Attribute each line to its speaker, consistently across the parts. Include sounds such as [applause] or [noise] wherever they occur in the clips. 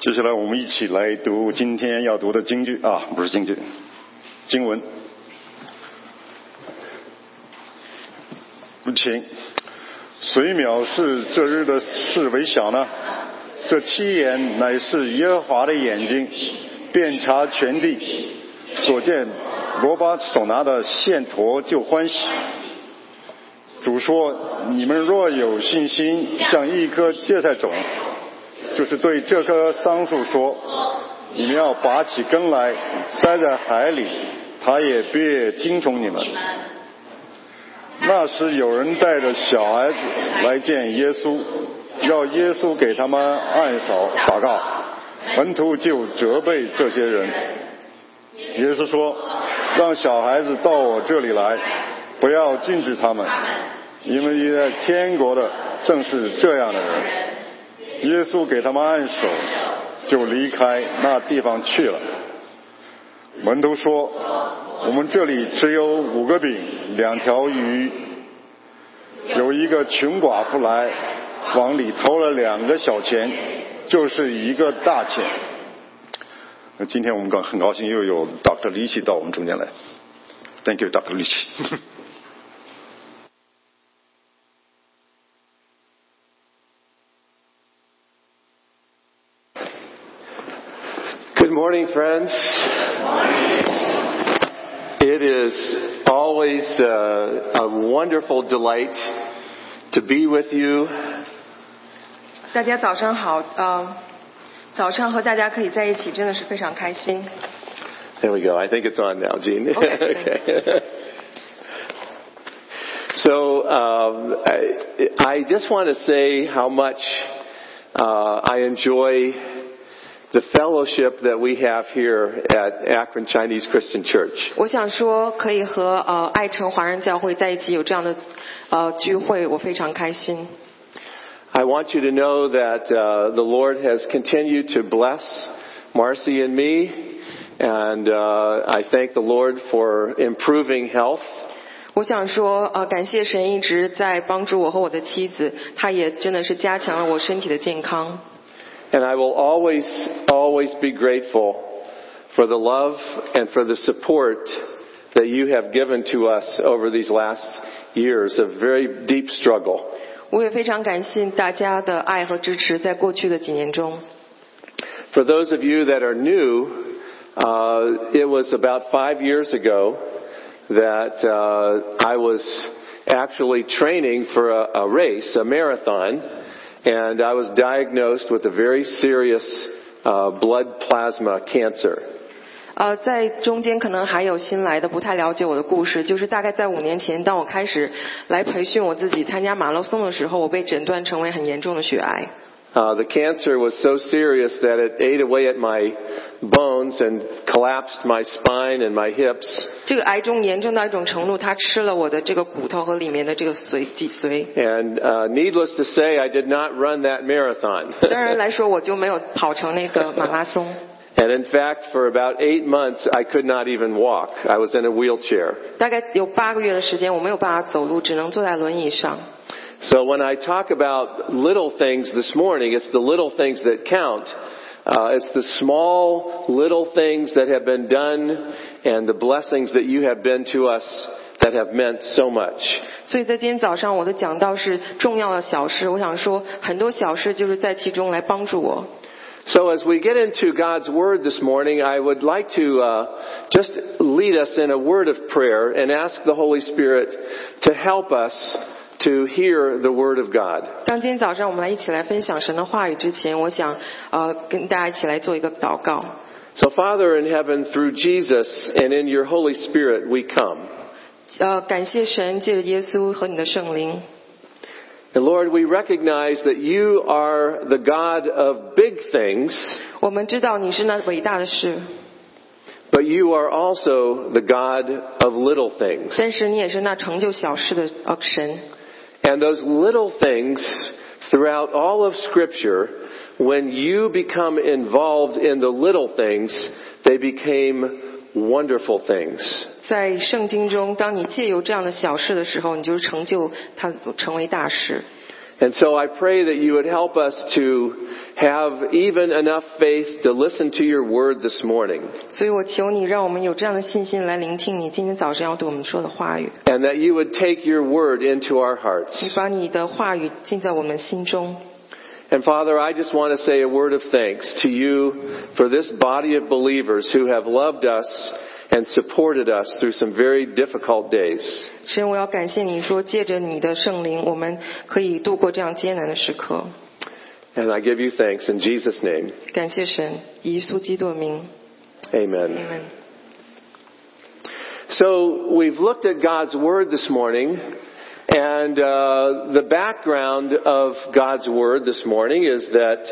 Speaker 1: 接下来我们一起来读今天要读的京剧啊，不是京剧，经文。请，谁藐视这日的事为小呢？这七眼乃是耶和华的眼睛，遍察全地。所见罗巴手拿的线砣就欢喜。主说：“你们若有信心，像一颗芥菜种，就是对这棵桑树说：‘你们要拔起根来，栽在海里，它也别听从你们。’那时有人带着小孩子来见耶稣，要耶稣给他们按手祷告。门徒就责备这些人。耶稣说：‘让小孩子到我这里来，不要禁止他们，因为在天国的正是这样的人。’耶稣给他们按手，就离开那地方去了。门徒说：“我们这里只有五个饼，两条鱼。有一个穷寡妇来，往里投了两个小钱，就是一个大钱。”那今天我们高很高兴又有 Dr. 李奇到我们中间来，Thank you, Dr. 李奇。
Speaker 2: Good morning, friends. It is always uh, a wonderful delight to be with you.
Speaker 3: 大家早上好，呃，早上和大家可以在一起，真的是非常开心。
Speaker 2: There we go. I think it's on now, Gene.
Speaker 3: Okay.
Speaker 2: [laughs] so um, I, I just want to say how much uh, I enjoy the fellowship that we have here at Akron Chinese Christian Church.
Speaker 3: 我想说，可以和呃爱城华人教会在一起有这样的呃聚会，我非常开心。
Speaker 2: I want you to know that uh, the Lord has continued to bless Marcy and me, and uh, I thank the Lord for improving health.
Speaker 3: 我想说，呃，感谢神一直在帮助我和我的妻子，他也真的是加强了我身体的健康。
Speaker 2: And I will always, always be grateful for the love and for the support that you have given to us over these last years of very deep struggle.
Speaker 3: 我也非常感谢大家的爱和支持，在过去的几年中，
Speaker 2: For those of you that are new, uh, it was about five years ago that uh, I was actually training for a, a race, a marathon, and I was diagnosed with a very serious uh, blood plasma cancer.
Speaker 3: 呃，在中间可能还有新来的不太了解我的故事，就是大概在五年前，当我开始来培训我自己参加马拉松的时候，我被诊断成为很严重的血癌。
Speaker 2: Uh, the cancer was so serious that it ate away at my bones and collapsed my spine and my hips.
Speaker 3: 这个癌症严重到一种程度，它吃了我的这个骨头和里面的这个髓脊髓。
Speaker 2: And uh, needless to say, I did not run that marathon. [laughs]
Speaker 3: 当然来说，我就没有跑成那个马拉松。
Speaker 2: And in fact, for about eight months, I could not even walk. I was in a wheelchair.
Speaker 3: 大概有八个月的时间，我没有办法走路，只能坐在轮椅上。
Speaker 2: So when I talk about little things this morning, it's the little things that count. Uh, it's the small little things that have been done and the blessings that you have been to us that have meant so much.
Speaker 3: 所以在今天早上，我的讲到是重要的小事。我想说，很多小事就是在其中来帮助我。
Speaker 2: So as we get into God's Word this morning, I would like to uh, just lead us in a word of prayer and ask the Holy Spirit to help us to hear the Word of God.
Speaker 3: 当今天早上我们来一起来分享神的话语之前，我想呃跟大家一起来做一个祷告。
Speaker 2: So, Father in heaven, through Jesus and in your Holy Spirit, we come.
Speaker 3: 呃，感谢神，借着耶稣和你的圣灵，
Speaker 2: And Lord, we recognize that you are the God of big things,
Speaker 3: 我们知道你是那伟大的事，
Speaker 2: but you are also the God of little things.
Speaker 3: 但是你也是那成就小事的呃神。
Speaker 2: And those little things throughout all of Scripture, when you become involved in the little things, they became wonderful things.
Speaker 3: 在圣经中，当你借由这样的小事的时候，你就是成就它成为大事。
Speaker 2: And so I pray that you would help us to have even enough faith to listen to your word this morning.
Speaker 3: 所以我求你，让我们有这样的信心来聆听你今天早晨要对我们说的话语。
Speaker 2: And that you would take your word into our
Speaker 3: 你
Speaker 2: hearts.
Speaker 3: 把你的话语进在我们心中。
Speaker 2: And Father, I just want to say a word of thanks to you for this body of believers who have loved us and supported us through some very difficult days.
Speaker 3: 神，我要感谢你说，借着你的圣灵，我们可以度过这样艰难的时刻。
Speaker 2: And I give you thanks in Jesus' name.
Speaker 3: 感谢神，以耶稣基督的名
Speaker 2: Amen.
Speaker 3: ，Amen。
Speaker 2: So we've looked at God's Word this morning, and uh, the background of God's Word this morning is that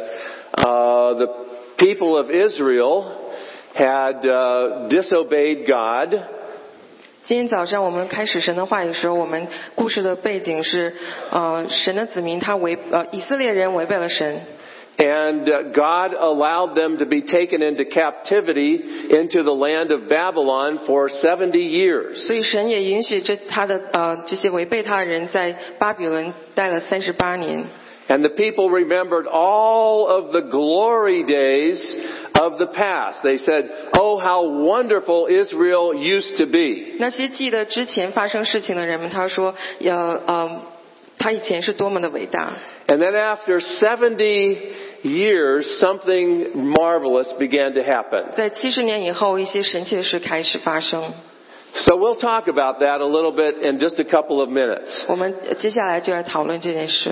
Speaker 2: uh, the people of Israel had uh, disobeyed God,
Speaker 3: 今天早上我们开始神的话语的时候，我们故事的背景是，呃，神的子民他违呃以色列人违背了神，
Speaker 2: and uh, God allowed them to be taken into captivity into the land of Babylon for 70 years.
Speaker 3: 所以神也允许这他的呃这些违背他的人在巴比伦待了三十八年。
Speaker 2: And the people remembered all of the glory days of the past. They said, Oh, how wonderful Israel used to be.
Speaker 3: 那些记得之前发生事情的人们，他说，呃呃，他以前是多么的伟大。
Speaker 2: And then after 70 years, something marvelous began to happen.
Speaker 3: 在七十年以后，一些神奇的事开始发生。
Speaker 2: So we'll talk about that a little bit in just a couple of minutes.
Speaker 3: 我们接下来就来讨论这件事。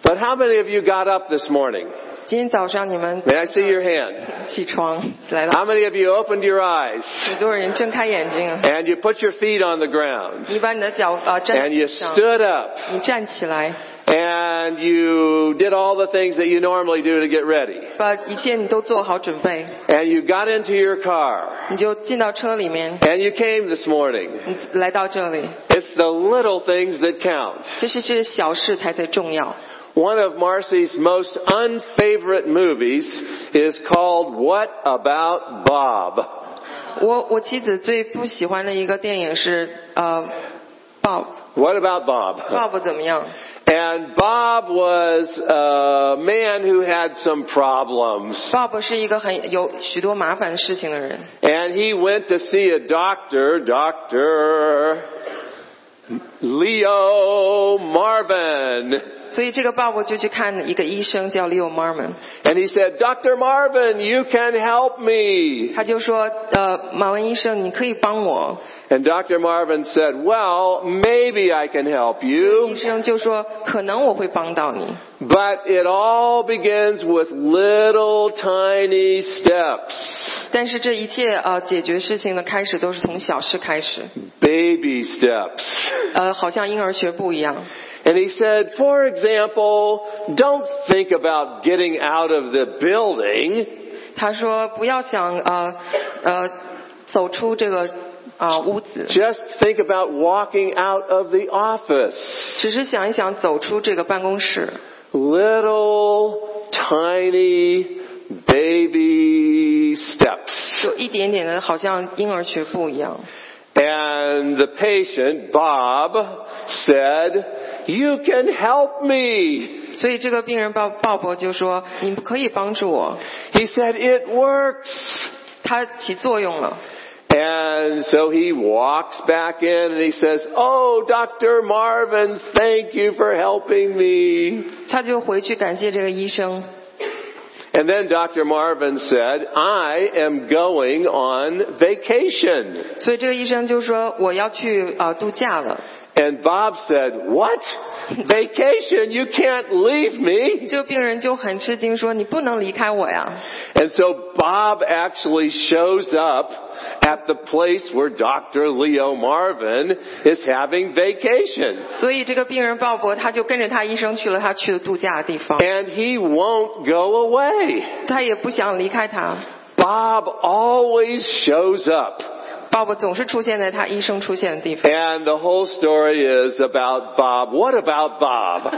Speaker 2: But how many of you got up this morning?
Speaker 3: 今天早上你们
Speaker 2: May I see your hand?
Speaker 3: 起床来到，
Speaker 2: How many of you opened your eyes
Speaker 3: 很多人睁开眼睛，
Speaker 2: and you put your feet on the ground
Speaker 3: 你把你的脚呃站在
Speaker 2: and you
Speaker 3: 地上，
Speaker 2: stood up
Speaker 3: 你站起来，
Speaker 2: and you did all the things that you normally do to get ready.
Speaker 3: 把一切你都做好准备，
Speaker 2: And you got into your car.
Speaker 3: 你就进到车里面，
Speaker 2: And you came this morning.
Speaker 3: 你来到这里。
Speaker 2: It's the little things that count.
Speaker 3: 这是这是小事才最重要。
Speaker 2: One of Marcy's most unfavorite movies is called What About Bob?
Speaker 3: 我我妻子最不喜欢的一个电影是呃，Bob
Speaker 2: What About Bob?
Speaker 3: Bob 怎么样？
Speaker 2: And Bob was a man who had some problems.
Speaker 3: Bob 是一个很有许多麻烦事情的人，
Speaker 2: And he went to see a doctor, Dr. Leo Marvin.
Speaker 3: 所以这个 Bob 就去看一个医生叫 Leo Marmon，
Speaker 2: And he said, Dr. Marvin, you can help me.
Speaker 3: 他就说呃马文医生你可以帮我，
Speaker 2: And Dr. Marvin said, well, maybe I can help
Speaker 3: 医
Speaker 2: you.
Speaker 3: 生就说可能我会帮到你，
Speaker 2: But it all begins with little tiny steps,
Speaker 3: 但是这一切呃解决事情的开始都是从小事开始，
Speaker 2: baby steps.
Speaker 3: 呃好像婴儿学步一样。
Speaker 2: And he said, for example, don't think about getting out of the building.
Speaker 3: 他说不要想呃呃走出这个啊、呃屋子，
Speaker 2: Just think about walking out of the office.
Speaker 3: 只是想一想走出这个办公室。
Speaker 2: Little tiny baby steps.
Speaker 3: 就一点点的，好像婴儿学步一样。
Speaker 2: And the patient, Bob, said, you can help me.
Speaker 3: 所以这个病人鲍鲍勃就说：“你们可以帮助我。
Speaker 2: He said, it works. ”
Speaker 3: 它起作用了，
Speaker 2: And so he walks back in and he says, Oh, Dr. Marvin, thank you for helping me.
Speaker 3: 他就回去感谢这个医生。
Speaker 2: And then Dr. Marvin said, I am going on vacation.
Speaker 3: 所以这个医生就说：“我要去啊、呃度假了。
Speaker 2: And Bob said, What? Vacation? You can't leave ” me.
Speaker 3: 这个病人就很吃惊说：“你不能离开我呀
Speaker 2: And so Bob actually shows up at the place where Dr. Leo Marvin is having vacation.！”
Speaker 3: 所以这个病人鲍勃他就跟着他医生去了他去的度假的地方，
Speaker 2: And he won't go away.
Speaker 3: 他也不想离开他。
Speaker 2: Bob always shows up.
Speaker 3: 鲍勃总是出现在他医生出现的地方，
Speaker 2: And the whole story is about Bob. What about Bob?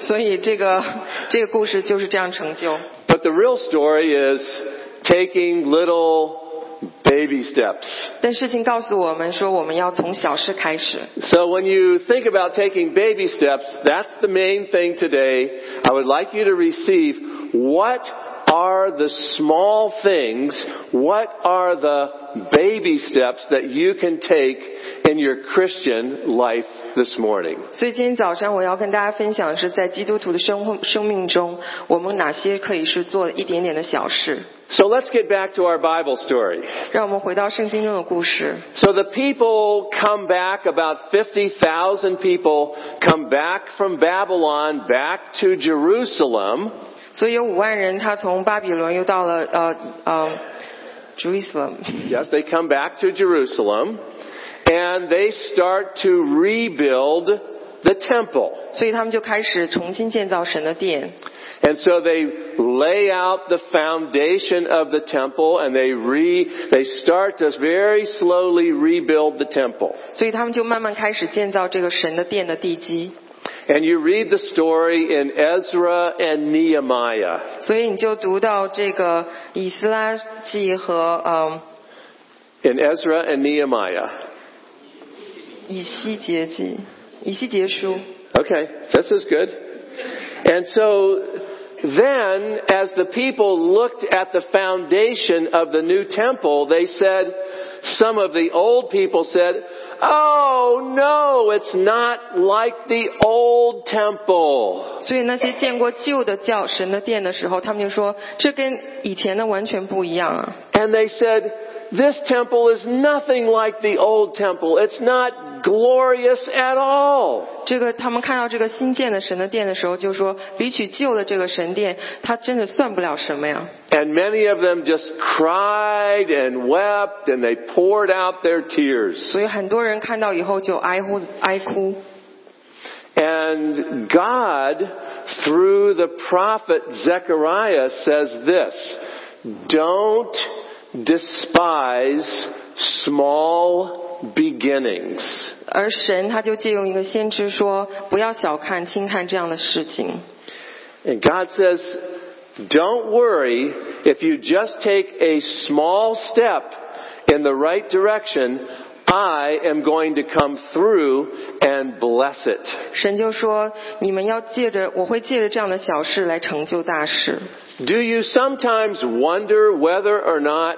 Speaker 3: 所以这个 [laughs] 这个故事就是这样成就。
Speaker 2: But the real story is taking little baby steps.
Speaker 3: 但事情告诉我们说，我们要从小事开始。
Speaker 2: So when you think about taking baby steps, that's the main thing today. I would like you to receive what are the small things, what are the baby steps that you can take in your Christian life this morning?
Speaker 3: 所以今天早上我要跟大家分享的是，在基督徒的生活生命中，我们哪些可以是做一点点的小事。
Speaker 2: So let's get back to our Bible story.
Speaker 3: 让我们回到圣经中的故事。
Speaker 2: So the people come back, about 50,000 people come back from Babylon back to Jerusalem.
Speaker 3: 所以有五万人，他从巴比伦又到了呃呃 Jerusalem，
Speaker 2: Yes, they come back to Jerusalem and they start to rebuild the temple.
Speaker 3: 所以他们就开始重新建造神的殿。
Speaker 2: And so they lay out the foundation of the temple and they re, they start to very slowly rebuild the temple.
Speaker 3: 所以他们就慢慢开始建造这个神的殿的地基。
Speaker 2: And you read the story in Ezra and Nehemiah.
Speaker 3: 所以你就读到这个以斯拉记和呃
Speaker 2: In Ezra and Nehemiah.
Speaker 3: 以西结记、以西结书。
Speaker 2: Okay, this is good. And so then, as the people looked at the foundation of the new temple, they said, some of the old people said, Oh no, it's not like the old temple.
Speaker 3: 所以那些见过旧的教神的殿的时候，他们就说这跟以前的完全不一样啊。
Speaker 2: And they said, This temple is nothing like the old temple. It's not glorious at all.
Speaker 3: 这个他们看到这个新建的神的殿的时候，就说比起旧的这个神殿，它真的算不了什么呀。
Speaker 2: And many of them just cried and wept and they poured out their tears.
Speaker 3: 所以很多人看到以后就哀呼哀哭。
Speaker 2: And God, through the prophet Zechariah, says this Don't despise small beginnings.
Speaker 3: 而神他就借用一个先知说：“不要小看、轻看这样的事情。
Speaker 2: And God says, Don't worry if you just take a small step in the right direction. I am going to come through and bless it. ”
Speaker 3: 神就说：“你们要借着，我会借着这样的小事来成就大事。
Speaker 2: Do you sometimes wonder whether or not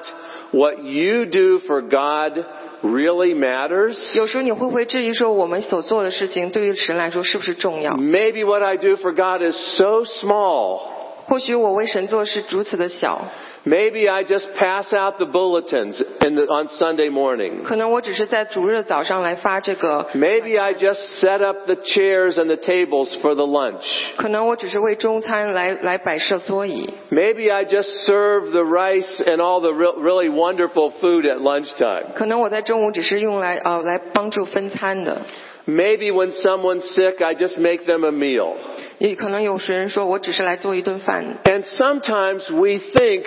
Speaker 2: what you do for God really matters?
Speaker 3: 有时候你会不会质疑说，我们所做的事情对于神来说是不是重要？
Speaker 2: Maybe what I do for God is so small.
Speaker 3: 或许我为神做事如此的小，
Speaker 2: Maybe I just pass out the bulletins in the, on Sunday morning.
Speaker 3: 可能我只是在主日早上来发这个，
Speaker 2: Maybe I just set up the chairs and the tables for the lunch.
Speaker 3: 可能我只是为中餐来来摆设桌椅，
Speaker 2: Maybe I just serve the rice and all the real, really wonderful food at lunchtime.
Speaker 3: 可能我在中午只是用来呃来帮助分餐的。
Speaker 2: Maybe when someone's sick, I just make them a meal.
Speaker 3: 也可能有些人说我只是来做一顿饭，
Speaker 2: And sometimes we think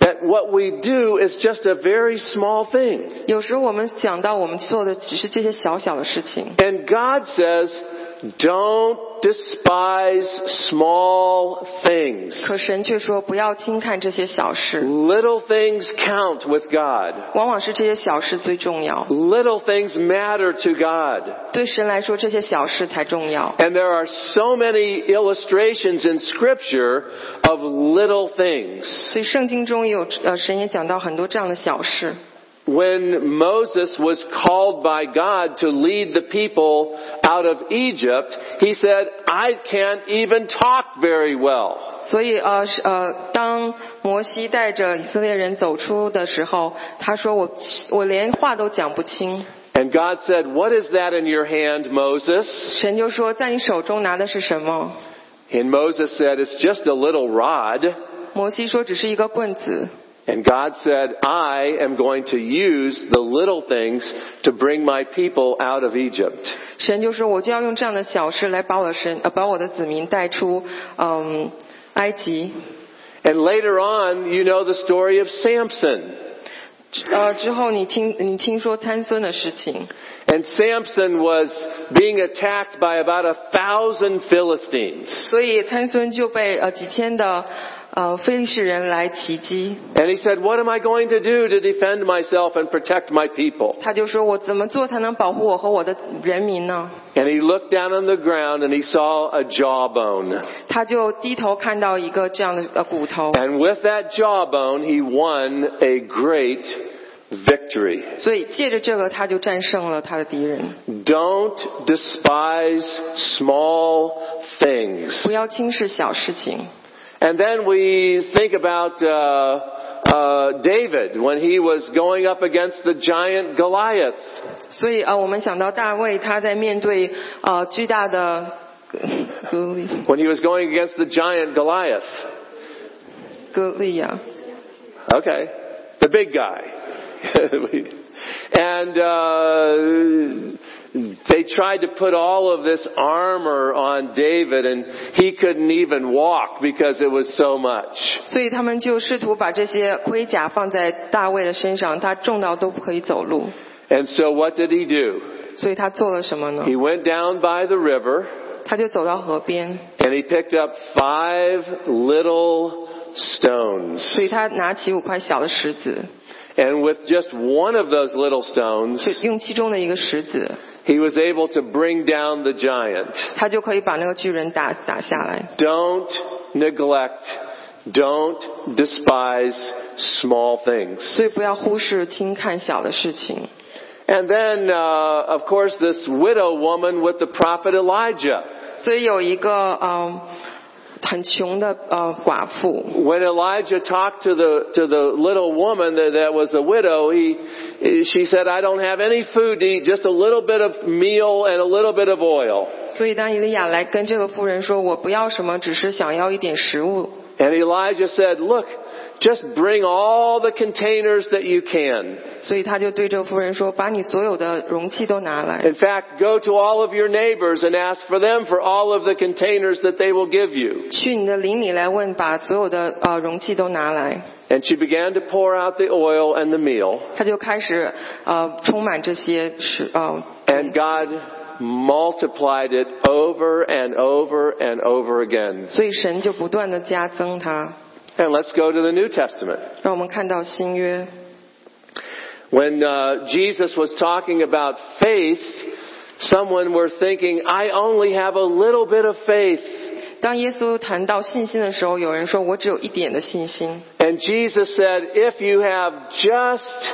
Speaker 2: that what we do is just a very small thing.
Speaker 3: 有时候我们想到我们做的只是这些小小的事情，
Speaker 2: And God says, don't despise small things.
Speaker 3: 可神却说不要轻看这些小事，
Speaker 2: Little things count with God.
Speaker 3: 往往是这些小事最重要。
Speaker 2: Little things matter to God.
Speaker 3: 对神来说，这些小事才重要。
Speaker 2: And there are so many illustrations in scripture of little things.
Speaker 3: 所以圣经中也有呃，神也讲到很多这样的小事。
Speaker 2: When Moses was called by God to lead the people out of Egypt, he said, I can't even talk very well.
Speaker 3: 所以呃是呃，当摩西带着以色列人走出的时候，他说我我连话都讲不清。
Speaker 2: And God said, what is that in your hand, Moses?
Speaker 3: 神就说在你手中拿的是什么？
Speaker 2: And Moses said, it's just a little rod.
Speaker 3: 摩西说只是一个棍子。
Speaker 2: And God said, I am going to use the little things to bring my people out of Egypt.
Speaker 3: 神就说：“我就要用这样的小事来把我的神，呃，把我的子民带出，嗯，埃及。
Speaker 2: And later on, you know the story of Samson.
Speaker 3: 呃，之后你听，你听说参孙的事情，
Speaker 2: And Samson was being attacked by about a thousand Philistines.
Speaker 3: 所以参孙就被呃几千的呃非利士人来袭击，
Speaker 2: And he said, What am I going to do to defend myself and protect my people?
Speaker 3: 他就说我怎么做才能保护我和我的人民呢？
Speaker 2: And he looked down on the ground and he saw a jawbone.
Speaker 3: 他就低头看到一个这样的呃骨头，
Speaker 2: And with that jawbone, he won a great victory.
Speaker 3: 所以借着这个他就战胜了他的敌人。
Speaker 2: Don't despise small things.
Speaker 3: 不要轻视小事情。
Speaker 2: And then we think about uh, uh, David when he was going up against the giant Goliath.
Speaker 3: 所以呃，我们想到大卫他在面对呃巨大的格利
Speaker 2: When he was going against the giant Goliath.
Speaker 3: 格利亚，
Speaker 2: Okay, the big guy. [laughs] and uh, they tried to put all of this armor on David, and he couldn't even walk because it was so much.
Speaker 3: 所以他们就试图把这些盔甲放在大卫的身上，他重到都不可以走路。
Speaker 2: And so, what did he do?
Speaker 3: 所以他做了什么呢
Speaker 2: He？went down by the river
Speaker 3: 他就走到河边，
Speaker 2: and he picked up five little stones.
Speaker 3: 所以他拿起五块小的石子，
Speaker 2: And with just one of those little stones,
Speaker 3: 就用其中的一个石子，
Speaker 2: he was able to bring down the giant.
Speaker 3: 他就可以把那个巨人打打下来。
Speaker 2: Don't neglect, don't despise small things.
Speaker 3: 所以不要忽视轻看小的事情。
Speaker 2: And then, uh, of course, this widow woman with the prophet Elijah.
Speaker 3: 所以有一个呃很穷的呃寡妇，
Speaker 2: When Elijah talked to the to the little woman that, that was a widow, he she said, "I don't have any food to eat, just a little bit of meal and a little bit of oil."
Speaker 3: 所以当以利亚来跟这个妇人说：“我不要什么，只是想要一点食物。
Speaker 2: And Elijah said, "Look, just bring all the containers that you can." ”
Speaker 3: 所以他就对这个妇人说：“把你所有的容器都拿来，
Speaker 2: In fact, go to all of your neighbors and ask for them for all of the containers that they will give you.
Speaker 3: 去你的邻里来问，把所有的呃容器都拿来。
Speaker 2: And she began to pour out the oil and the meal, ”
Speaker 3: 他就开始呃充满这些食呃，
Speaker 2: and God multiplied it over and over and over again.
Speaker 3: 所以神就不断的加增他。
Speaker 2: And let's go to the New Testament.
Speaker 3: 让我们看到新约，
Speaker 2: When uh, Jesus was talking about faith, someone were thinking, I only have a little bit of faith.
Speaker 3: 当耶稣谈到信心的时候，有人说：“我只有一点的信心。
Speaker 2: And Jesus said, if you have just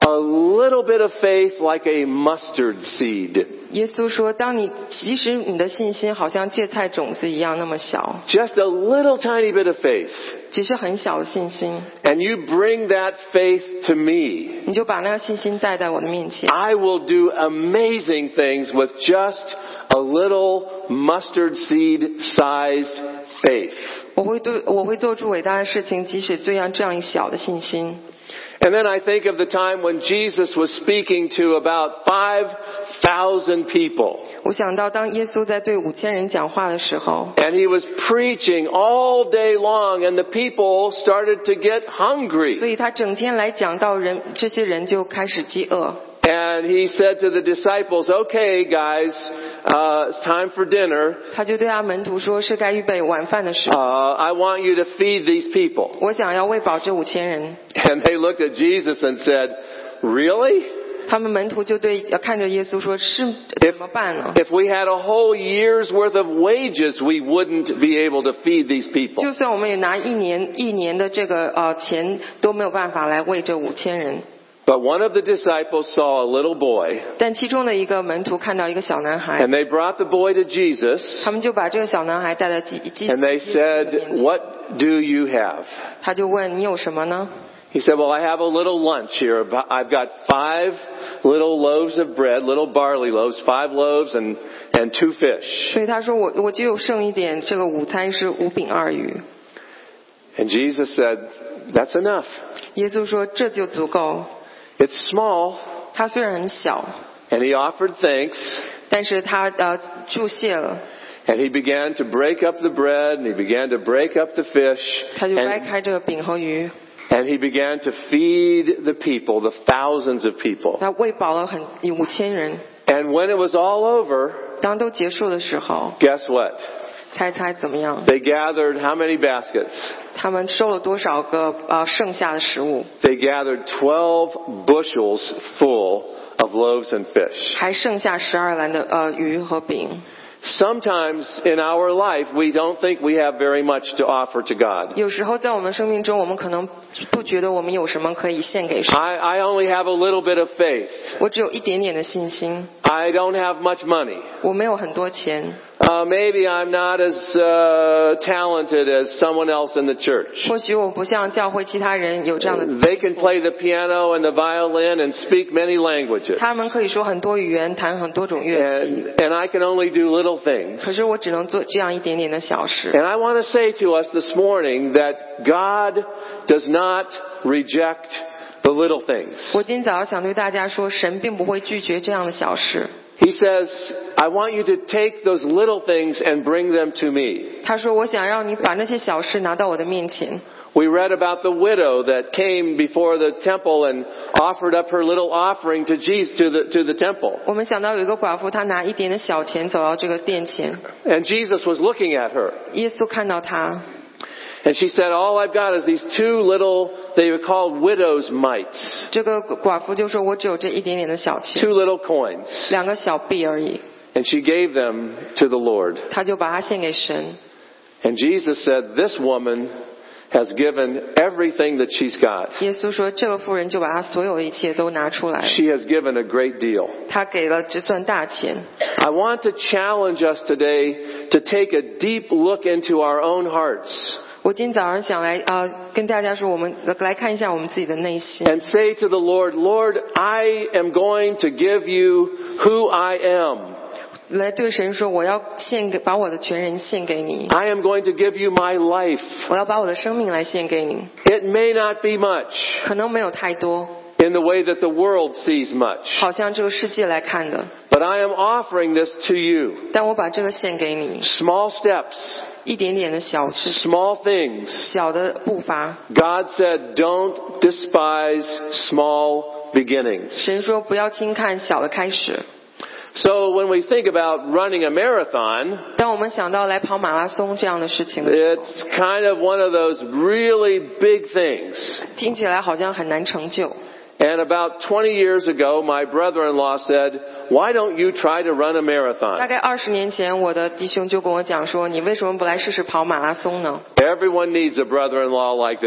Speaker 2: a little bit of faith like a mustard seed, ”
Speaker 3: 耶稣说：“当你即使你的信心好像芥菜种子一样那么小，
Speaker 2: just a little tiny bit of faith,
Speaker 3: 只是很小的信心，
Speaker 2: and you bring that faith to me,
Speaker 3: 你就把那个信心带在我的面前，
Speaker 2: I will do amazing things with just a little mustard seed sized faith.
Speaker 3: 我会对我会做出伟大的事情，即使这样这样一小的信心。
Speaker 2: And then I think of the time when Jesus was speaking to about 5,000 people.
Speaker 3: 我想到当耶稣在对五千人讲话的时候，
Speaker 2: And he was preaching all day long, and the people started to get
Speaker 3: 所
Speaker 2: hungry.
Speaker 3: 以他整天来讲到人，这些人就开始饥饿。
Speaker 2: And he said to the disciples, Okay, guys, uh, it's time for dinner.
Speaker 3: 他就对他门徒说：“是该预备晚饭的时
Speaker 2: Uh,
Speaker 3: 候，
Speaker 2: I want you to feed these people. [laughs]
Speaker 3: 我想要喂饱这五千人。
Speaker 2: And they looked at Jesus and said, Really? ”
Speaker 3: 他们门徒就对呃看着耶稣说：“是怎么办呢？
Speaker 2: If we had a whole year's worth of wages, we wouldn't be able to feed these
Speaker 3: 就
Speaker 2: people.
Speaker 3: 算我们也拿一年一年的这个呃钱，都没有办法来喂这五千人。
Speaker 2: But one of the disciples saw a little boy, ”
Speaker 3: 但其中的一个门徒看到一个小男孩，
Speaker 2: and they brought the boy to Jesus,
Speaker 3: 他们就把这个小男孩带到基基
Speaker 2: and they
Speaker 3: 基督的面
Speaker 2: said,
Speaker 3: 前
Speaker 2: What do you have?
Speaker 3: 他就问你有什么呢？
Speaker 2: He said, Well, I have a little lunch here. I've got five little loaves of bread, little barley loaves, five loaves, and, and two fish.
Speaker 3: 所以他说我我就有剩一点，这个午餐是五饼二鱼。
Speaker 2: And Jesus said, That's enough.
Speaker 3: 耶稣说这就足够。
Speaker 2: It's small.
Speaker 3: 他虽然很小，
Speaker 2: And he offered thanks,
Speaker 3: 但是他呃注谢了，
Speaker 2: and he began to break up the bread, and he began to break up the fish,
Speaker 3: 他就掰
Speaker 2: and,
Speaker 3: 开这个饼和鱼，
Speaker 2: and he began to feed the people, the thousands of people.
Speaker 3: 他喂饱了很五千人。
Speaker 2: And when it was all over,
Speaker 3: 当都结束的时候，
Speaker 2: guess what?
Speaker 3: 猜猜怎么样？
Speaker 2: They gathered how many baskets?
Speaker 3: 他们收了多少个呃剩下的食物？
Speaker 2: They gathered 12 bushels full of loaves and fish.
Speaker 3: 还剩下十二篮的呃鱼和饼。
Speaker 2: Sometimes in our life, we don't think we have very much to offer to God.
Speaker 3: 有时候在我们生命中，我们可能不觉得我们有什么可以献给神。
Speaker 2: I, I only have a little bit of faith.
Speaker 3: 我只有一点点的信心，
Speaker 2: I don't have much money.
Speaker 3: 我没有很多钱，
Speaker 2: Uh, maybe I'm not as uh, talented as someone else in the church.
Speaker 3: 或许我不像教会其他人有这样的，
Speaker 2: They can play the piano and the violin and speak many languages.
Speaker 3: 他们可以说很多语言，弹很多种乐器，
Speaker 2: And, and I can only do little things.
Speaker 3: 可是我只能做这样一点点的小事。
Speaker 2: And I want to say to us this morning that God does not reject the little things.
Speaker 3: 我今早上想对大家说，神并不会拒绝这样的小事。
Speaker 2: He says, I want you to take those little things and bring them to me.
Speaker 3: 他说：“我想让你把那些小事拿到我的面前。
Speaker 2: We read about the widow that came before the temple and offered up her little offering to Jesus, to the, to the temple. ”
Speaker 3: 我们想到有一个寡妇，她拿一点的小钱走到这个殿前，
Speaker 2: And Jesus was looking at her.
Speaker 3: 耶稣看到她，
Speaker 2: And she said, all I've got is these two little, they were called widow's mites.
Speaker 3: 这个寡妇就说：“我只有这一点点的小钱，
Speaker 2: Two little coins.
Speaker 3: 两个小币而已。
Speaker 2: And she gave them to the Lord. ”
Speaker 3: 她就把它献给神。
Speaker 2: And Jesus said, This woman has given everything that she's got.
Speaker 3: 耶稣说：“这个妇人就把她所有的一切都拿出来了，
Speaker 2: She has given a great deal.
Speaker 3: 她给了这算大钱。
Speaker 2: I want to challenge us today to take a deep look into our own hearts ”
Speaker 3: 我今早上想来呃跟大家说，我们来看一下我们自己的内心。
Speaker 2: and say to the Lord, Lord, I am going to give you who I am.
Speaker 3: 来对神说，我要献给把我的全人献给你，
Speaker 2: I am going to give you my life.
Speaker 3: 我要把我的生命来献给你。
Speaker 2: It may not be much
Speaker 3: 可能没有太多，
Speaker 2: in the way that the world sees much,
Speaker 3: 好像这个世界来看的，
Speaker 2: but I am offering this to you.
Speaker 3: 但我把这个献给你，
Speaker 2: Small steps,
Speaker 3: 一点点的小事、
Speaker 2: small things.
Speaker 3: 小的步伐。
Speaker 2: God said, don't despise small beginnings.
Speaker 3: 神说不要轻看小的开始。
Speaker 2: So when we think about running a marathon,
Speaker 3: 当我们想到来跑马拉松这样的事情的时
Speaker 2: it's kind of one of those really big things.
Speaker 3: 候，听起来好像很难成就。
Speaker 2: And about 20 years ago, my brother-in-law said, why don't you try to run a
Speaker 3: 大
Speaker 2: marathon?
Speaker 3: 概二十年前，我的弟兄就跟我讲说：“你为什么不来试试跑马拉松呢
Speaker 2: Everyone needs a brother-in-law like？”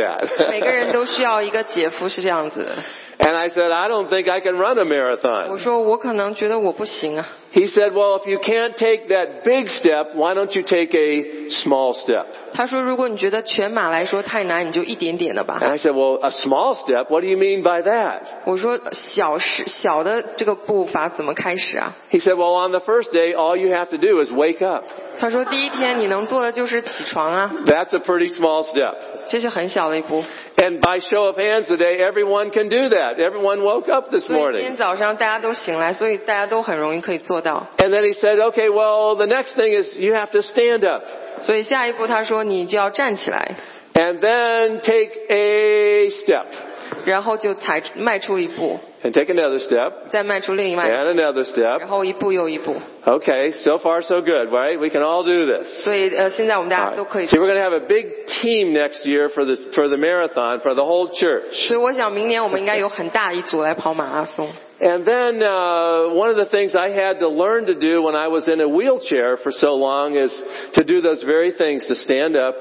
Speaker 3: 每个人
Speaker 2: that.
Speaker 3: 都需要一个姐夫是这样子的。
Speaker 2: [laughs] and I said, I don't think I can run a
Speaker 3: 我
Speaker 2: marathon.
Speaker 3: 说我可能觉得我不行啊。
Speaker 2: He said, well, if you can't take that big step, why don't you take a small step?
Speaker 3: 他说：“如果你觉得全马来说太难，你就一点点的吧。”
Speaker 2: And I said, well, a small step? What do you mean by that?
Speaker 3: 我说小事小的这个步伐怎么开始啊？
Speaker 2: He said, well, on the first day, all you have to do is wake up.
Speaker 3: 他说第一天你能做的就是起床啊，
Speaker 2: That's a pretty small step.
Speaker 3: 这是很小的一步。
Speaker 2: And by show of hands today, everyone can do that. Everyone woke up this
Speaker 3: 所以今天
Speaker 2: morning.
Speaker 3: 早上大家都醒来，所以大家都很容易可以做到。
Speaker 2: And then he said, okay, well, the next thing is you have to stand up
Speaker 3: 所以下一步他说你就要站起来，
Speaker 2: and then take a step
Speaker 3: 然后就踩迈出一步，
Speaker 2: and take another step
Speaker 3: 再迈出另一迈，
Speaker 2: and another
Speaker 3: 然
Speaker 2: step.
Speaker 3: 后一步又一步。
Speaker 2: Okay, so far so good, right? We can all do this.
Speaker 3: 所以呃，现在我们大
Speaker 2: All
Speaker 3: 家都可以
Speaker 2: right. See,
Speaker 3: 做。
Speaker 2: we're going to have a big team next year for the, for the marathon, for the whole church.
Speaker 3: 所以我想明年我们应该有很大一组来跑马拉松。
Speaker 2: And then uh, one of the things I had to learn to do when I was in a wheelchair for so long is to do those very things to stand up.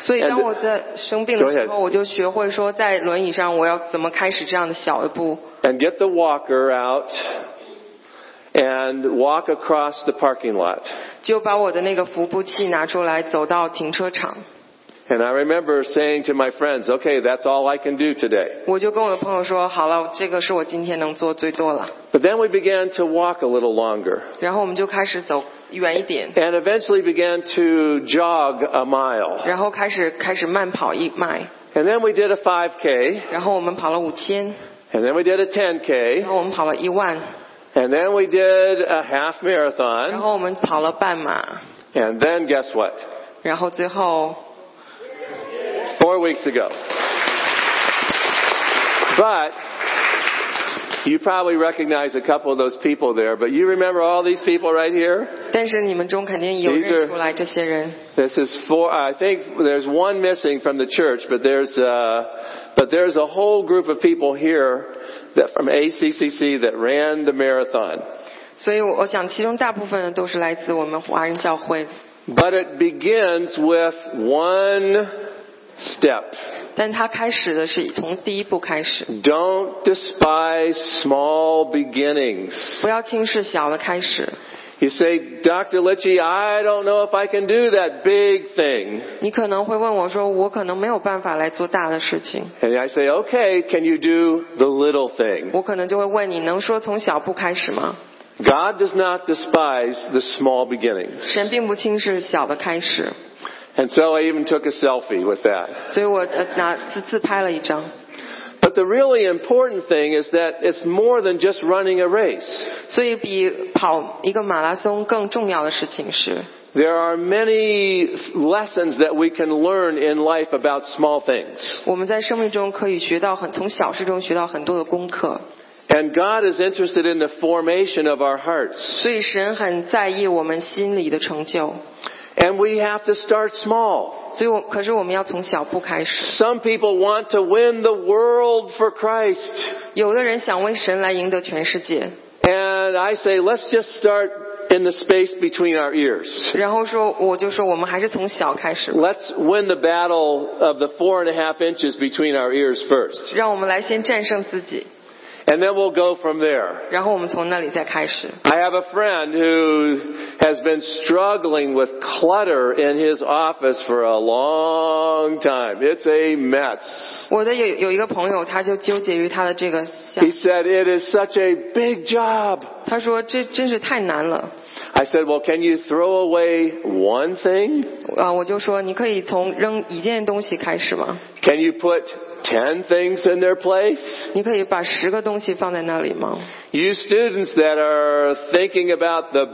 Speaker 3: 所以
Speaker 2: And-
Speaker 3: 当我在生病的
Speaker 2: Go ahead.
Speaker 3: 时候，我就学会说在轮椅上我要怎么开始这样的小的步。
Speaker 2: And get the walker out and walk across the parking lot.
Speaker 3: 就把我的那个服务器拿出来，走到停车场。
Speaker 2: And I remember saying to my friends, okay, that's all I can do today.
Speaker 3: 我就跟我的朋友说，好了，这个是我今天能做最多了。
Speaker 2: But then we began to walk a little longer
Speaker 3: 然后我们就开始走远一点，
Speaker 2: and eventually began to jog a mile.
Speaker 3: 然后开始开始慢跑一迈，
Speaker 2: And then we did a 5K
Speaker 3: 然后我们跑了五千，
Speaker 2: and then we did a 10K
Speaker 3: 然后我们跑了一万，
Speaker 2: and then we did a half
Speaker 3: 然
Speaker 2: marathon.
Speaker 3: 后我们跑了半马，
Speaker 2: And then guess what?
Speaker 3: 然后最后
Speaker 2: Four weeks ago. But you probably recognize a couple of those people there, but you remember all these people right here?
Speaker 3: 但是你们中肯定有
Speaker 2: These are-
Speaker 3: 认出来这些人。
Speaker 2: This is four. I think there's one missing from the church, but there's uh, but there's a whole group of people here that from ACCC that ran the marathon.
Speaker 3: 所以我我想，其中大部分都是来自我们华人教会，
Speaker 2: But it begins with one step.
Speaker 3: 但它开始的是从第一步开始，
Speaker 2: Don't despise small beginnings.
Speaker 3: 不要轻视小的开始。
Speaker 2: You say, Dr. Litchi, I don't know if I can do that big thing.
Speaker 3: 你可能会问我说，我可能没有办法来做大的事情，
Speaker 2: And I say, okay, can you do the little thing?
Speaker 3: 我可能就会问你能说从小步开始吗？
Speaker 2: God does not despise the small beginnings.
Speaker 3: 神并不轻视小的开始，
Speaker 2: And so I even took a selfie with that.
Speaker 3: 所以我呃拿自自拍了一张。
Speaker 2: But the really important thing is that it's more than just running a race.
Speaker 3: 所以比跑一个马拉松更重要的事情是，
Speaker 2: There are many lessons that we can learn in life about small things.
Speaker 3: 我们在生命中可以学到很从小事中学到很多的功课。
Speaker 2: And God is interested in the formation of our hearts.
Speaker 3: 所以神很在意我们心里的成就，
Speaker 2: And we have to start small.
Speaker 3: 所以我可是我们要从小步开始。
Speaker 2: Some people want to win the world for Christ.
Speaker 3: 有的人想为神来赢得全世界，
Speaker 2: And I say, let's just start in the space between our ears.
Speaker 3: 然后说我就说我们还是从小开始吧，
Speaker 2: Let's win the battle of the four and a half inches between our ears first.
Speaker 3: 让我们来先战胜自己，
Speaker 2: And then we'll go from there.
Speaker 3: 然后我们从那里再开始。
Speaker 2: I have a friend who has been struggling with clutter in his office for a long time. It's a mess.
Speaker 3: 我的有有一个朋友，他就纠结于他的这个项
Speaker 2: He，said, it is such a big job.
Speaker 3: 他说这真是太难了。
Speaker 2: I said, well, can you throw away one thing?
Speaker 3: 啊，我就说你可以从扔一件东西开始吗？
Speaker 2: Can you put 10 things in their place?
Speaker 3: 你可以把十个东西放在那里吗？
Speaker 2: You students that are thinking about the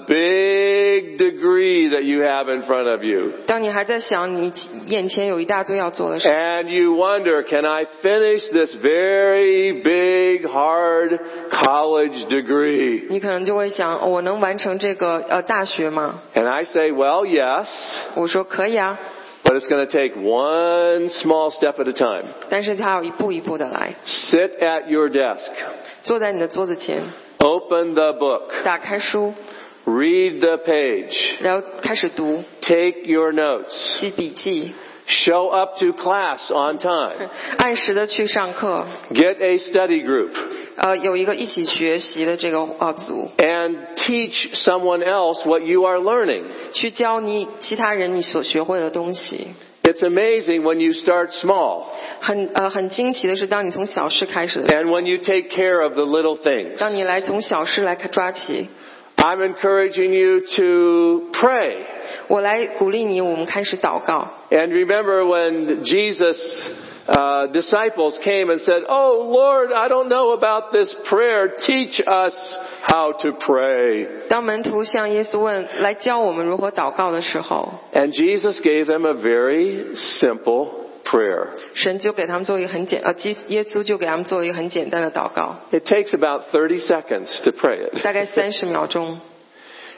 Speaker 2: big degree that you have in front of you.
Speaker 3: 当你还在想你眼前有一大堆要做的事，
Speaker 2: And you wonder, can I finish this very big, hard college degree?
Speaker 3: 你可能就会想，哦我能完成这个呃大学吗？
Speaker 2: And I say, well, yes,
Speaker 3: 我说可以啊，
Speaker 2: but it's going to take one small step at a time.
Speaker 3: 但是他要一步一步的来，
Speaker 2: Sit at your desk.
Speaker 3: 坐在你的桌子前，
Speaker 2: Open the book.
Speaker 3: 打开书，
Speaker 2: Read the page.
Speaker 3: 然后开始读，
Speaker 2: Take your notes.
Speaker 3: 记笔记，
Speaker 2: Show up to class on time.
Speaker 3: 按时的去上课，
Speaker 2: Get a study group.
Speaker 3: 呃，有一个一起学习的这个呃组，
Speaker 2: and teach someone else what you are learning.
Speaker 3: 去教你其他人你所学会的东西。
Speaker 2: It's amazing when you start small
Speaker 3: 很呃很惊奇的是，当你从小事开始的时候
Speaker 2: and when you take care of the little things.
Speaker 3: 当你来从小事来抓起，
Speaker 2: I'm encouraging you to pray.
Speaker 3: 我来鼓励你，我们开始祷告。
Speaker 2: And remember when Jesus uh, disciples came and said, Oh Lord, I don't know about this prayer. Teach us how to pray.
Speaker 3: 当门徒向耶稣问来教我们如何祷告的时候，
Speaker 2: And Jesus gave them a very simple prayer.
Speaker 3: 神就给他们做一个很简呃，基耶稣就给他们做了一个很简单的祷告，
Speaker 2: It takes about 30 seconds to pray it.
Speaker 3: 大概三十秒钟，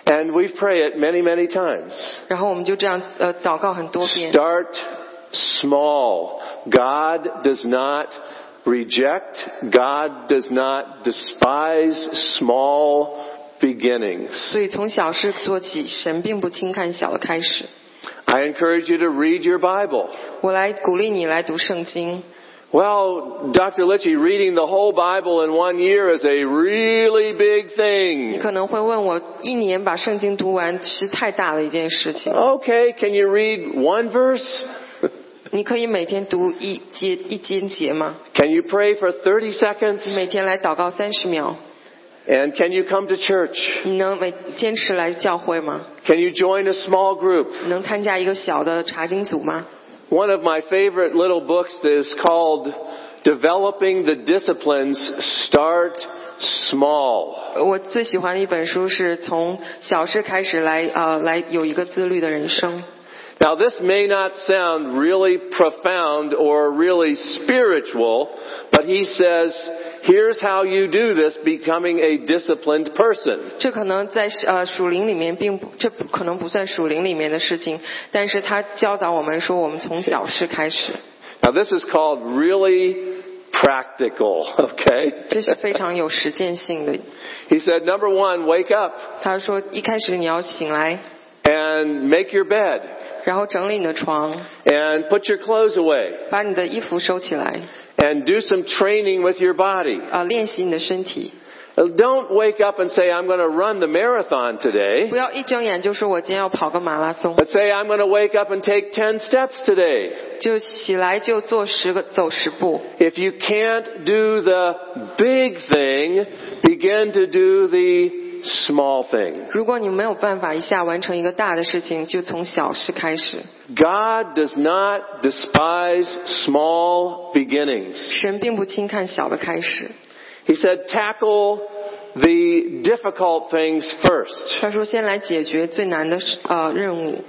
Speaker 2: And we pray it many, many times.
Speaker 3: 然后我们就这样呃祷告很多遍。
Speaker 2: Start small. God does not reject, God does not despise small beginnings.
Speaker 3: 所以从小事做起，神并不轻看小的开始。
Speaker 2: I encourage you to read your Bible.
Speaker 3: 我来鼓励你来读圣经。
Speaker 2: Well, Dr. Litchie, reading the whole Bible in one year is a really big
Speaker 3: 你
Speaker 2: thing.
Speaker 3: 可能会问我，一年把圣经读完是太大的一件事情。
Speaker 2: Okay, can you read one verse?
Speaker 3: 你可以每天读一节一经节吗？
Speaker 2: Can you pray for 30
Speaker 3: 你
Speaker 2: seconds?
Speaker 3: 每天来祷告三十秒，
Speaker 2: And can you come to church?
Speaker 3: 你能每坚持来教会吗？
Speaker 2: Can you join a small group?
Speaker 3: 你能参加一个小的查经组吗？
Speaker 2: One of my favorite little books is called Developing the Disciplines Start Small.
Speaker 3: 我最喜欢的一本书是从小事开始来，呃，来有一个自律的人生。
Speaker 2: Now, this may not sound really profound or really spiritual, but he says, here's how you do this becoming a disciplined person.
Speaker 3: 这可能在呃属灵里面并不，这不可能不算属灵里面的事情，但是他教导我们说，我们从小事开始，
Speaker 2: Now, this is called really practical, [laughs] okay?
Speaker 3: 这是非常有实践性的。
Speaker 2: He said, number one, wake up
Speaker 3: 他说，一开始你要醒来，
Speaker 2: and make your bed
Speaker 3: 然后整理你的床，
Speaker 2: and put your clothes away
Speaker 3: 把你的衣服收起来，
Speaker 2: and do some training with your body. Uh,
Speaker 3: 啊、练习你的身体，
Speaker 2: Don't wake up and say, I'm going to run the marathon today.
Speaker 3: 不要一睁眼就说我今天要跑个马拉松，
Speaker 2: But say, I'm going to wake up and take 10 steps today.
Speaker 3: 就起来就做十个走十步。
Speaker 2: If you can't do the big thing, begin to do the small thing.
Speaker 3: 如果你没有办法一下完成一个大的事情，就从小事开始。
Speaker 2: God does not despise small beginnings.
Speaker 3: 神并不轻看小的开始。
Speaker 2: He said, tackle the difficult things first.
Speaker 3: 他说：“先来解决最难的事呃任务，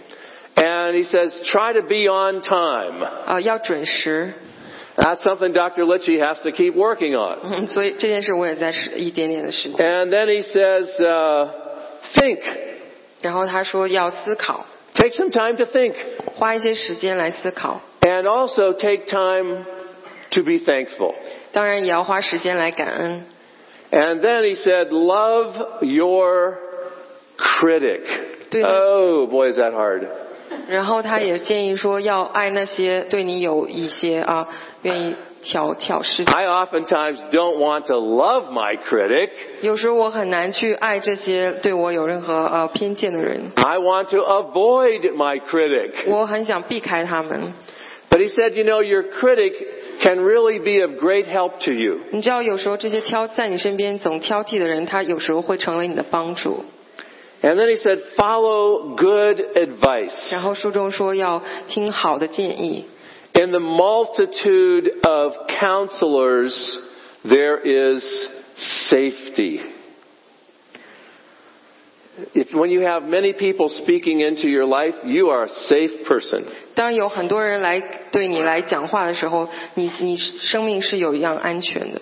Speaker 2: And he says, try to be on time.
Speaker 3: 呃要准时。 [laughs]
Speaker 2: That's something Dr. Litchie has to keep working on.
Speaker 3: 嗯”所以这件事我也在试一点点的实践。
Speaker 2: And then he says, uh, think.
Speaker 3: 然后他说要思考，
Speaker 2: Take some time to think.
Speaker 3: 花一些时间来思考，
Speaker 2: And also take time to be thankful.
Speaker 3: 当然也要花时间来感恩。
Speaker 2: And then he said, love your critic.
Speaker 3: Dude, that's-
Speaker 2: Oh, boy, is that hard.
Speaker 3: 然后他也建议说要爱那些对你有一些啊愿意挑挑事情。
Speaker 2: I oftentimes don't want to love my critic.
Speaker 3: 有时候我很难去爱这些对我有任何呃偏见的人，
Speaker 2: I want to avoid my critic.
Speaker 3: 我很想避开他们。
Speaker 2: But he said, you know, your critic can really be of great help to you.
Speaker 3: 你知道，有时候这些挑在你身边总挑剔的人，他有时候会成为你的帮助。
Speaker 2: And then he said, follow good advice.
Speaker 3: 然后书中说要听好的建议，
Speaker 2: In the multitude of counselors, there is safety. If, when you have many people speaking into your life, you are a safe person.
Speaker 3: 当有很多人来对你来讲话的时候，你你生命是有一样安全的。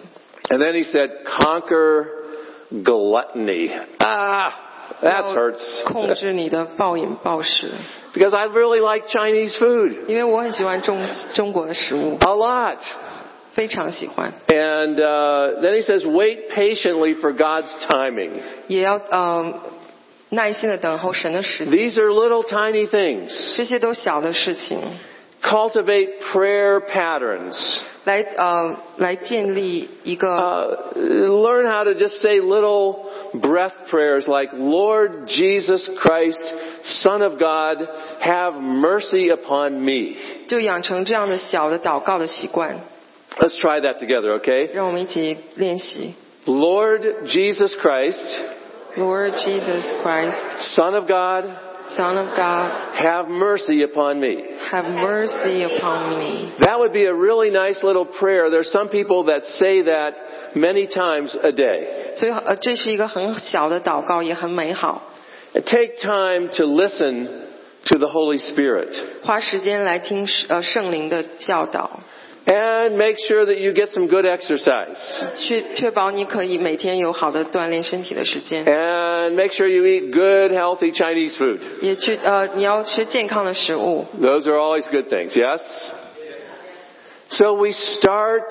Speaker 2: And then he said, conquer gluttony. Ah, that
Speaker 3: 要
Speaker 2: hurts. [laughs]
Speaker 3: 控制你的暴饮暴食，
Speaker 2: because I really like Chinese food
Speaker 3: 因为我很喜欢中中国的食物，
Speaker 2: a lot.
Speaker 3: 非常喜欢。
Speaker 2: And uh, then he says, wait patiently for God's timing.
Speaker 3: 也要呃耐心的等候神的时间。
Speaker 2: These are little tiny things.
Speaker 3: 这些都小的事情，
Speaker 2: Cultivate prayer patterns.
Speaker 3: 来呃来建立一个
Speaker 2: Uh, learn how to just say little breath prayers like, Lord Jesus Christ, Son of God, have mercy upon me.
Speaker 3: 就养成这样的小的祷告的习惯，
Speaker 2: Let's try that together, okay?
Speaker 3: 让我们一起练习。
Speaker 2: Lord Jesus Christ,
Speaker 3: Lord Jesus Christ,
Speaker 2: Son of God,
Speaker 3: Son of God,
Speaker 2: have mercy upon me.
Speaker 3: have mercy upon me。
Speaker 2: That would be a really nice little prayer. There's some people that say that many times a day.
Speaker 3: 所以呃，这是一个很小的祷告，也很美好。
Speaker 2: Take time to listen to the Holy Spirit
Speaker 3: 花时间来听呃圣灵的教导，
Speaker 2: and make sure that you get some good exercise
Speaker 3: 确确保你可以每天有好的锻炼身体的时间，
Speaker 2: and make sure you eat good, healthy Chinese food.
Speaker 3: 也去呃你要吃健康的食物。
Speaker 2: Those are always good things, yes? So we start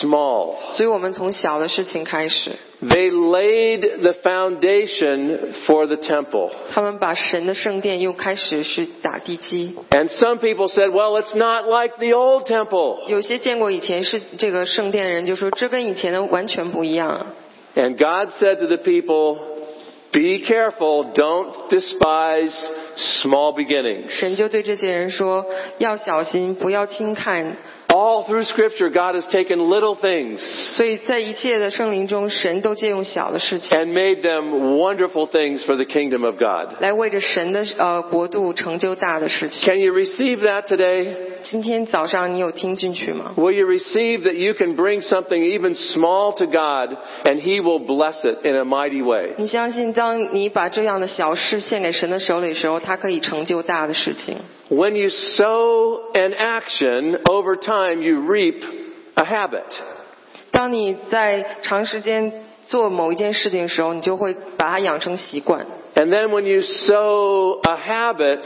Speaker 2: small.
Speaker 3: 所以我们从小的事情开始，
Speaker 2: They laid the foundation for the temple.
Speaker 3: 他们把神的圣殿又开始去打地基。
Speaker 2: And some people said, well, it's not like the old temple.
Speaker 3: 有些见过以前是这个圣殿的人就说，这跟以前的完全不一样。
Speaker 2: And God said to the people, be careful, don't despise small beginnings.
Speaker 3: 神就对这些人说，要小心，不要轻看。
Speaker 2: All through scripture, God has taken little things
Speaker 3: 所以在一切的圣灵中，神都借用小的事情
Speaker 2: and made them wonderful things for the kingdom of God.
Speaker 3: 来为着神的呃国度成就大的事情。
Speaker 2: Can you receive that today?
Speaker 3: 今天早上你有听进去吗？
Speaker 2: Will you receive that you can bring something even small to God and He will bless it in a mighty way?
Speaker 3: 你相信，当你把这样的小事献给神的手里的时候，候，它可以成就大的事情。
Speaker 2: When you sow an action, over time you reap a habit.
Speaker 3: 当你在长时间做某一件事情的时候，你就会把它养成习惯。
Speaker 2: And then when you sow a habit,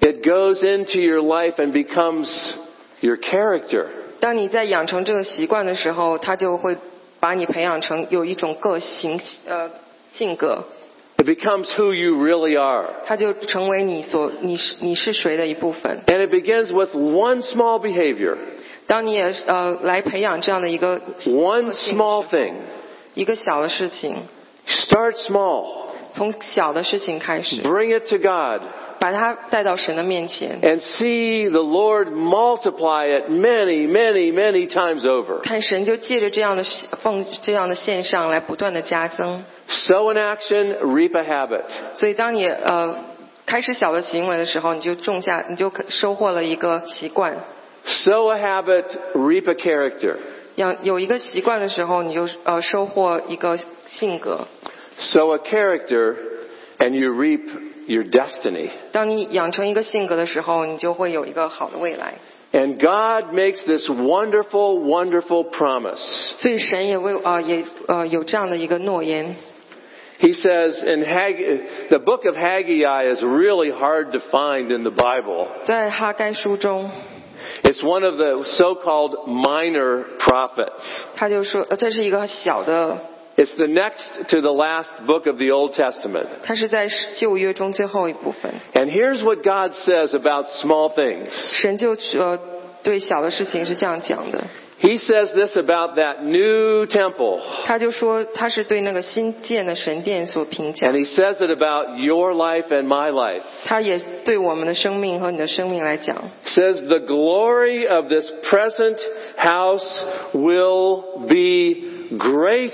Speaker 2: it goes into your life and becomes your character.
Speaker 3: 当你在养成这个习惯的时候，它就会把你培养成有一种个性呃性格，
Speaker 2: It becomes who you really are.
Speaker 3: 它就成为你所你是你是谁的一部分。
Speaker 2: And it begins with one small behavior,
Speaker 3: 当你也呃来培养这样的一个
Speaker 2: one small thing.
Speaker 3: 一个小的事情，
Speaker 2: Start small.
Speaker 3: 从小的事情开始，
Speaker 2: Bring it to God.
Speaker 3: 把它带到神的面前，
Speaker 2: and see the Lord multiply it many, many, many times over.
Speaker 3: 看神就借着这样的奉这样的线上来不断的加增。
Speaker 2: Sow an action, reap a habit.
Speaker 3: 所以当你呃开始小的行为的时候，你就种下，你就可收获了一个习惯。
Speaker 2: Sow a habit, reap a character.
Speaker 3: 养有一个习惯的时候，你就呃收获一个性格。
Speaker 2: Sow a character, and you reap your destiny.
Speaker 3: 当你养成一个性格的时候，你就会有一个好的未来。
Speaker 2: And God makes this wonderful, wonderful promise.
Speaker 3: 所以神也为呃也呃有这样的一个诺言。
Speaker 2: He says in Hag, the book of Haggai is really hard to find in the Bible.
Speaker 3: 在哈该书中，
Speaker 2: It's one of the so-called minor prophets.
Speaker 3: 他就说，呃这是一个小的，
Speaker 2: It's the next to the last book of the Old Testament.
Speaker 3: 它是在旧约中最后一部分。
Speaker 2: And here's what God says about small things.
Speaker 3: 神就呃对小的事情是这样讲的，
Speaker 2: He says this about that new temple.
Speaker 3: 他就说他是对那个新建的神殿所评价
Speaker 2: And，he says it about your life and my life.
Speaker 3: 他也对我们的生命和你的生命来讲，
Speaker 2: Says the glory of this present house will be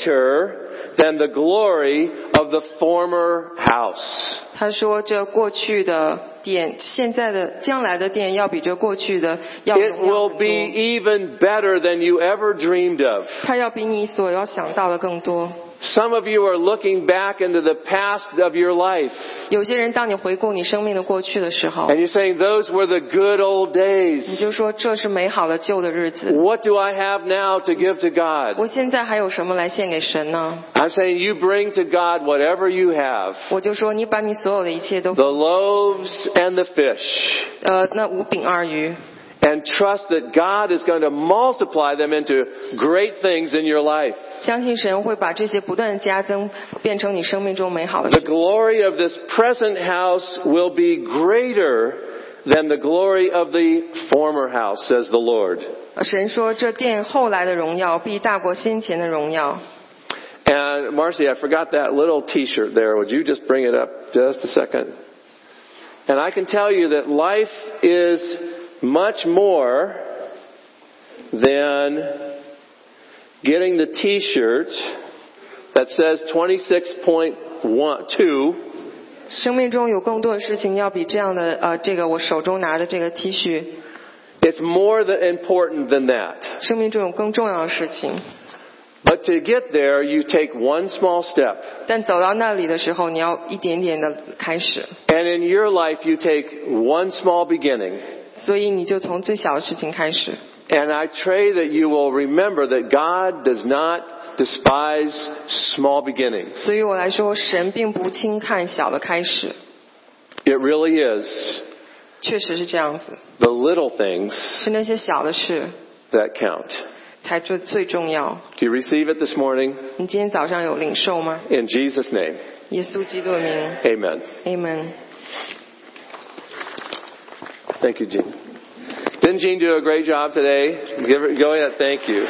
Speaker 2: greater than the glory of the former house.
Speaker 3: 他说这过去的殿，现在的将来的殿要比这过去的要
Speaker 2: It
Speaker 3: 荣耀
Speaker 2: will
Speaker 3: 很
Speaker 2: be
Speaker 3: 多，
Speaker 2: even better than you ever dreamed of.
Speaker 3: 他要比你所要想到的更多。
Speaker 2: Some of you are looking back into the past of your life.
Speaker 3: 有些人当你回顾你生命的过去的时候，
Speaker 2: And you're saying those were the good old
Speaker 3: 你
Speaker 2: days.
Speaker 3: 就说这是美好的旧的日子。
Speaker 2: What do I have now to give to God?
Speaker 3: 我现在还有什么来献给神呢？
Speaker 2: I'm saying you bring to God whatever you have.
Speaker 3: 我就说，你把你所有的一切都
Speaker 2: The loaves and the fish.
Speaker 3: 呃，那五饼二鱼，
Speaker 2: And trust that God is going to multiply them into great things in your life.
Speaker 3: 相信神会把这些不断的加增，变成你生命中美好的
Speaker 2: The
Speaker 3: 事情。
Speaker 2: glory of this present house will be greater than the glory of the former house, says the Lord.
Speaker 3: 呃神说，这殿后来的荣耀必大过先前的荣耀。
Speaker 2: And Marcy, I forgot that little T-shirt there. Would you just bring it up just a second? And I can tell you that life is much more than getting the T-shirt that says 26.2.
Speaker 3: 生命中有更多的事情要比这样的呃，这个我手中拿的这个 T 恤，
Speaker 2: It's more than important than that.
Speaker 3: 生命中有更重要的事情。
Speaker 2: But to get there, you take one small step.
Speaker 3: 但走到那里的时候，你要一点点的开始，
Speaker 2: And in your life, you take one small beginning.
Speaker 3: 所以你就从最小的事情开始。
Speaker 2: And I pray that you will remember that God does not despise small beginnings.
Speaker 3: 所以我来说，神并不轻看小的开始，
Speaker 2: It really is
Speaker 3: 确实是这样子，
Speaker 2: the little things
Speaker 3: 是那些小的事
Speaker 2: that count.
Speaker 3: 才最最重要。
Speaker 2: Do you receive it this morning?
Speaker 3: 你今天早上有领受吗？
Speaker 2: In Jesus' name,
Speaker 3: 耶稣基督的名
Speaker 2: amen.
Speaker 3: ，Amen。
Speaker 2: Thank you, Gene. Didn't Gene do a great job today? Give her, go ahead, thank you.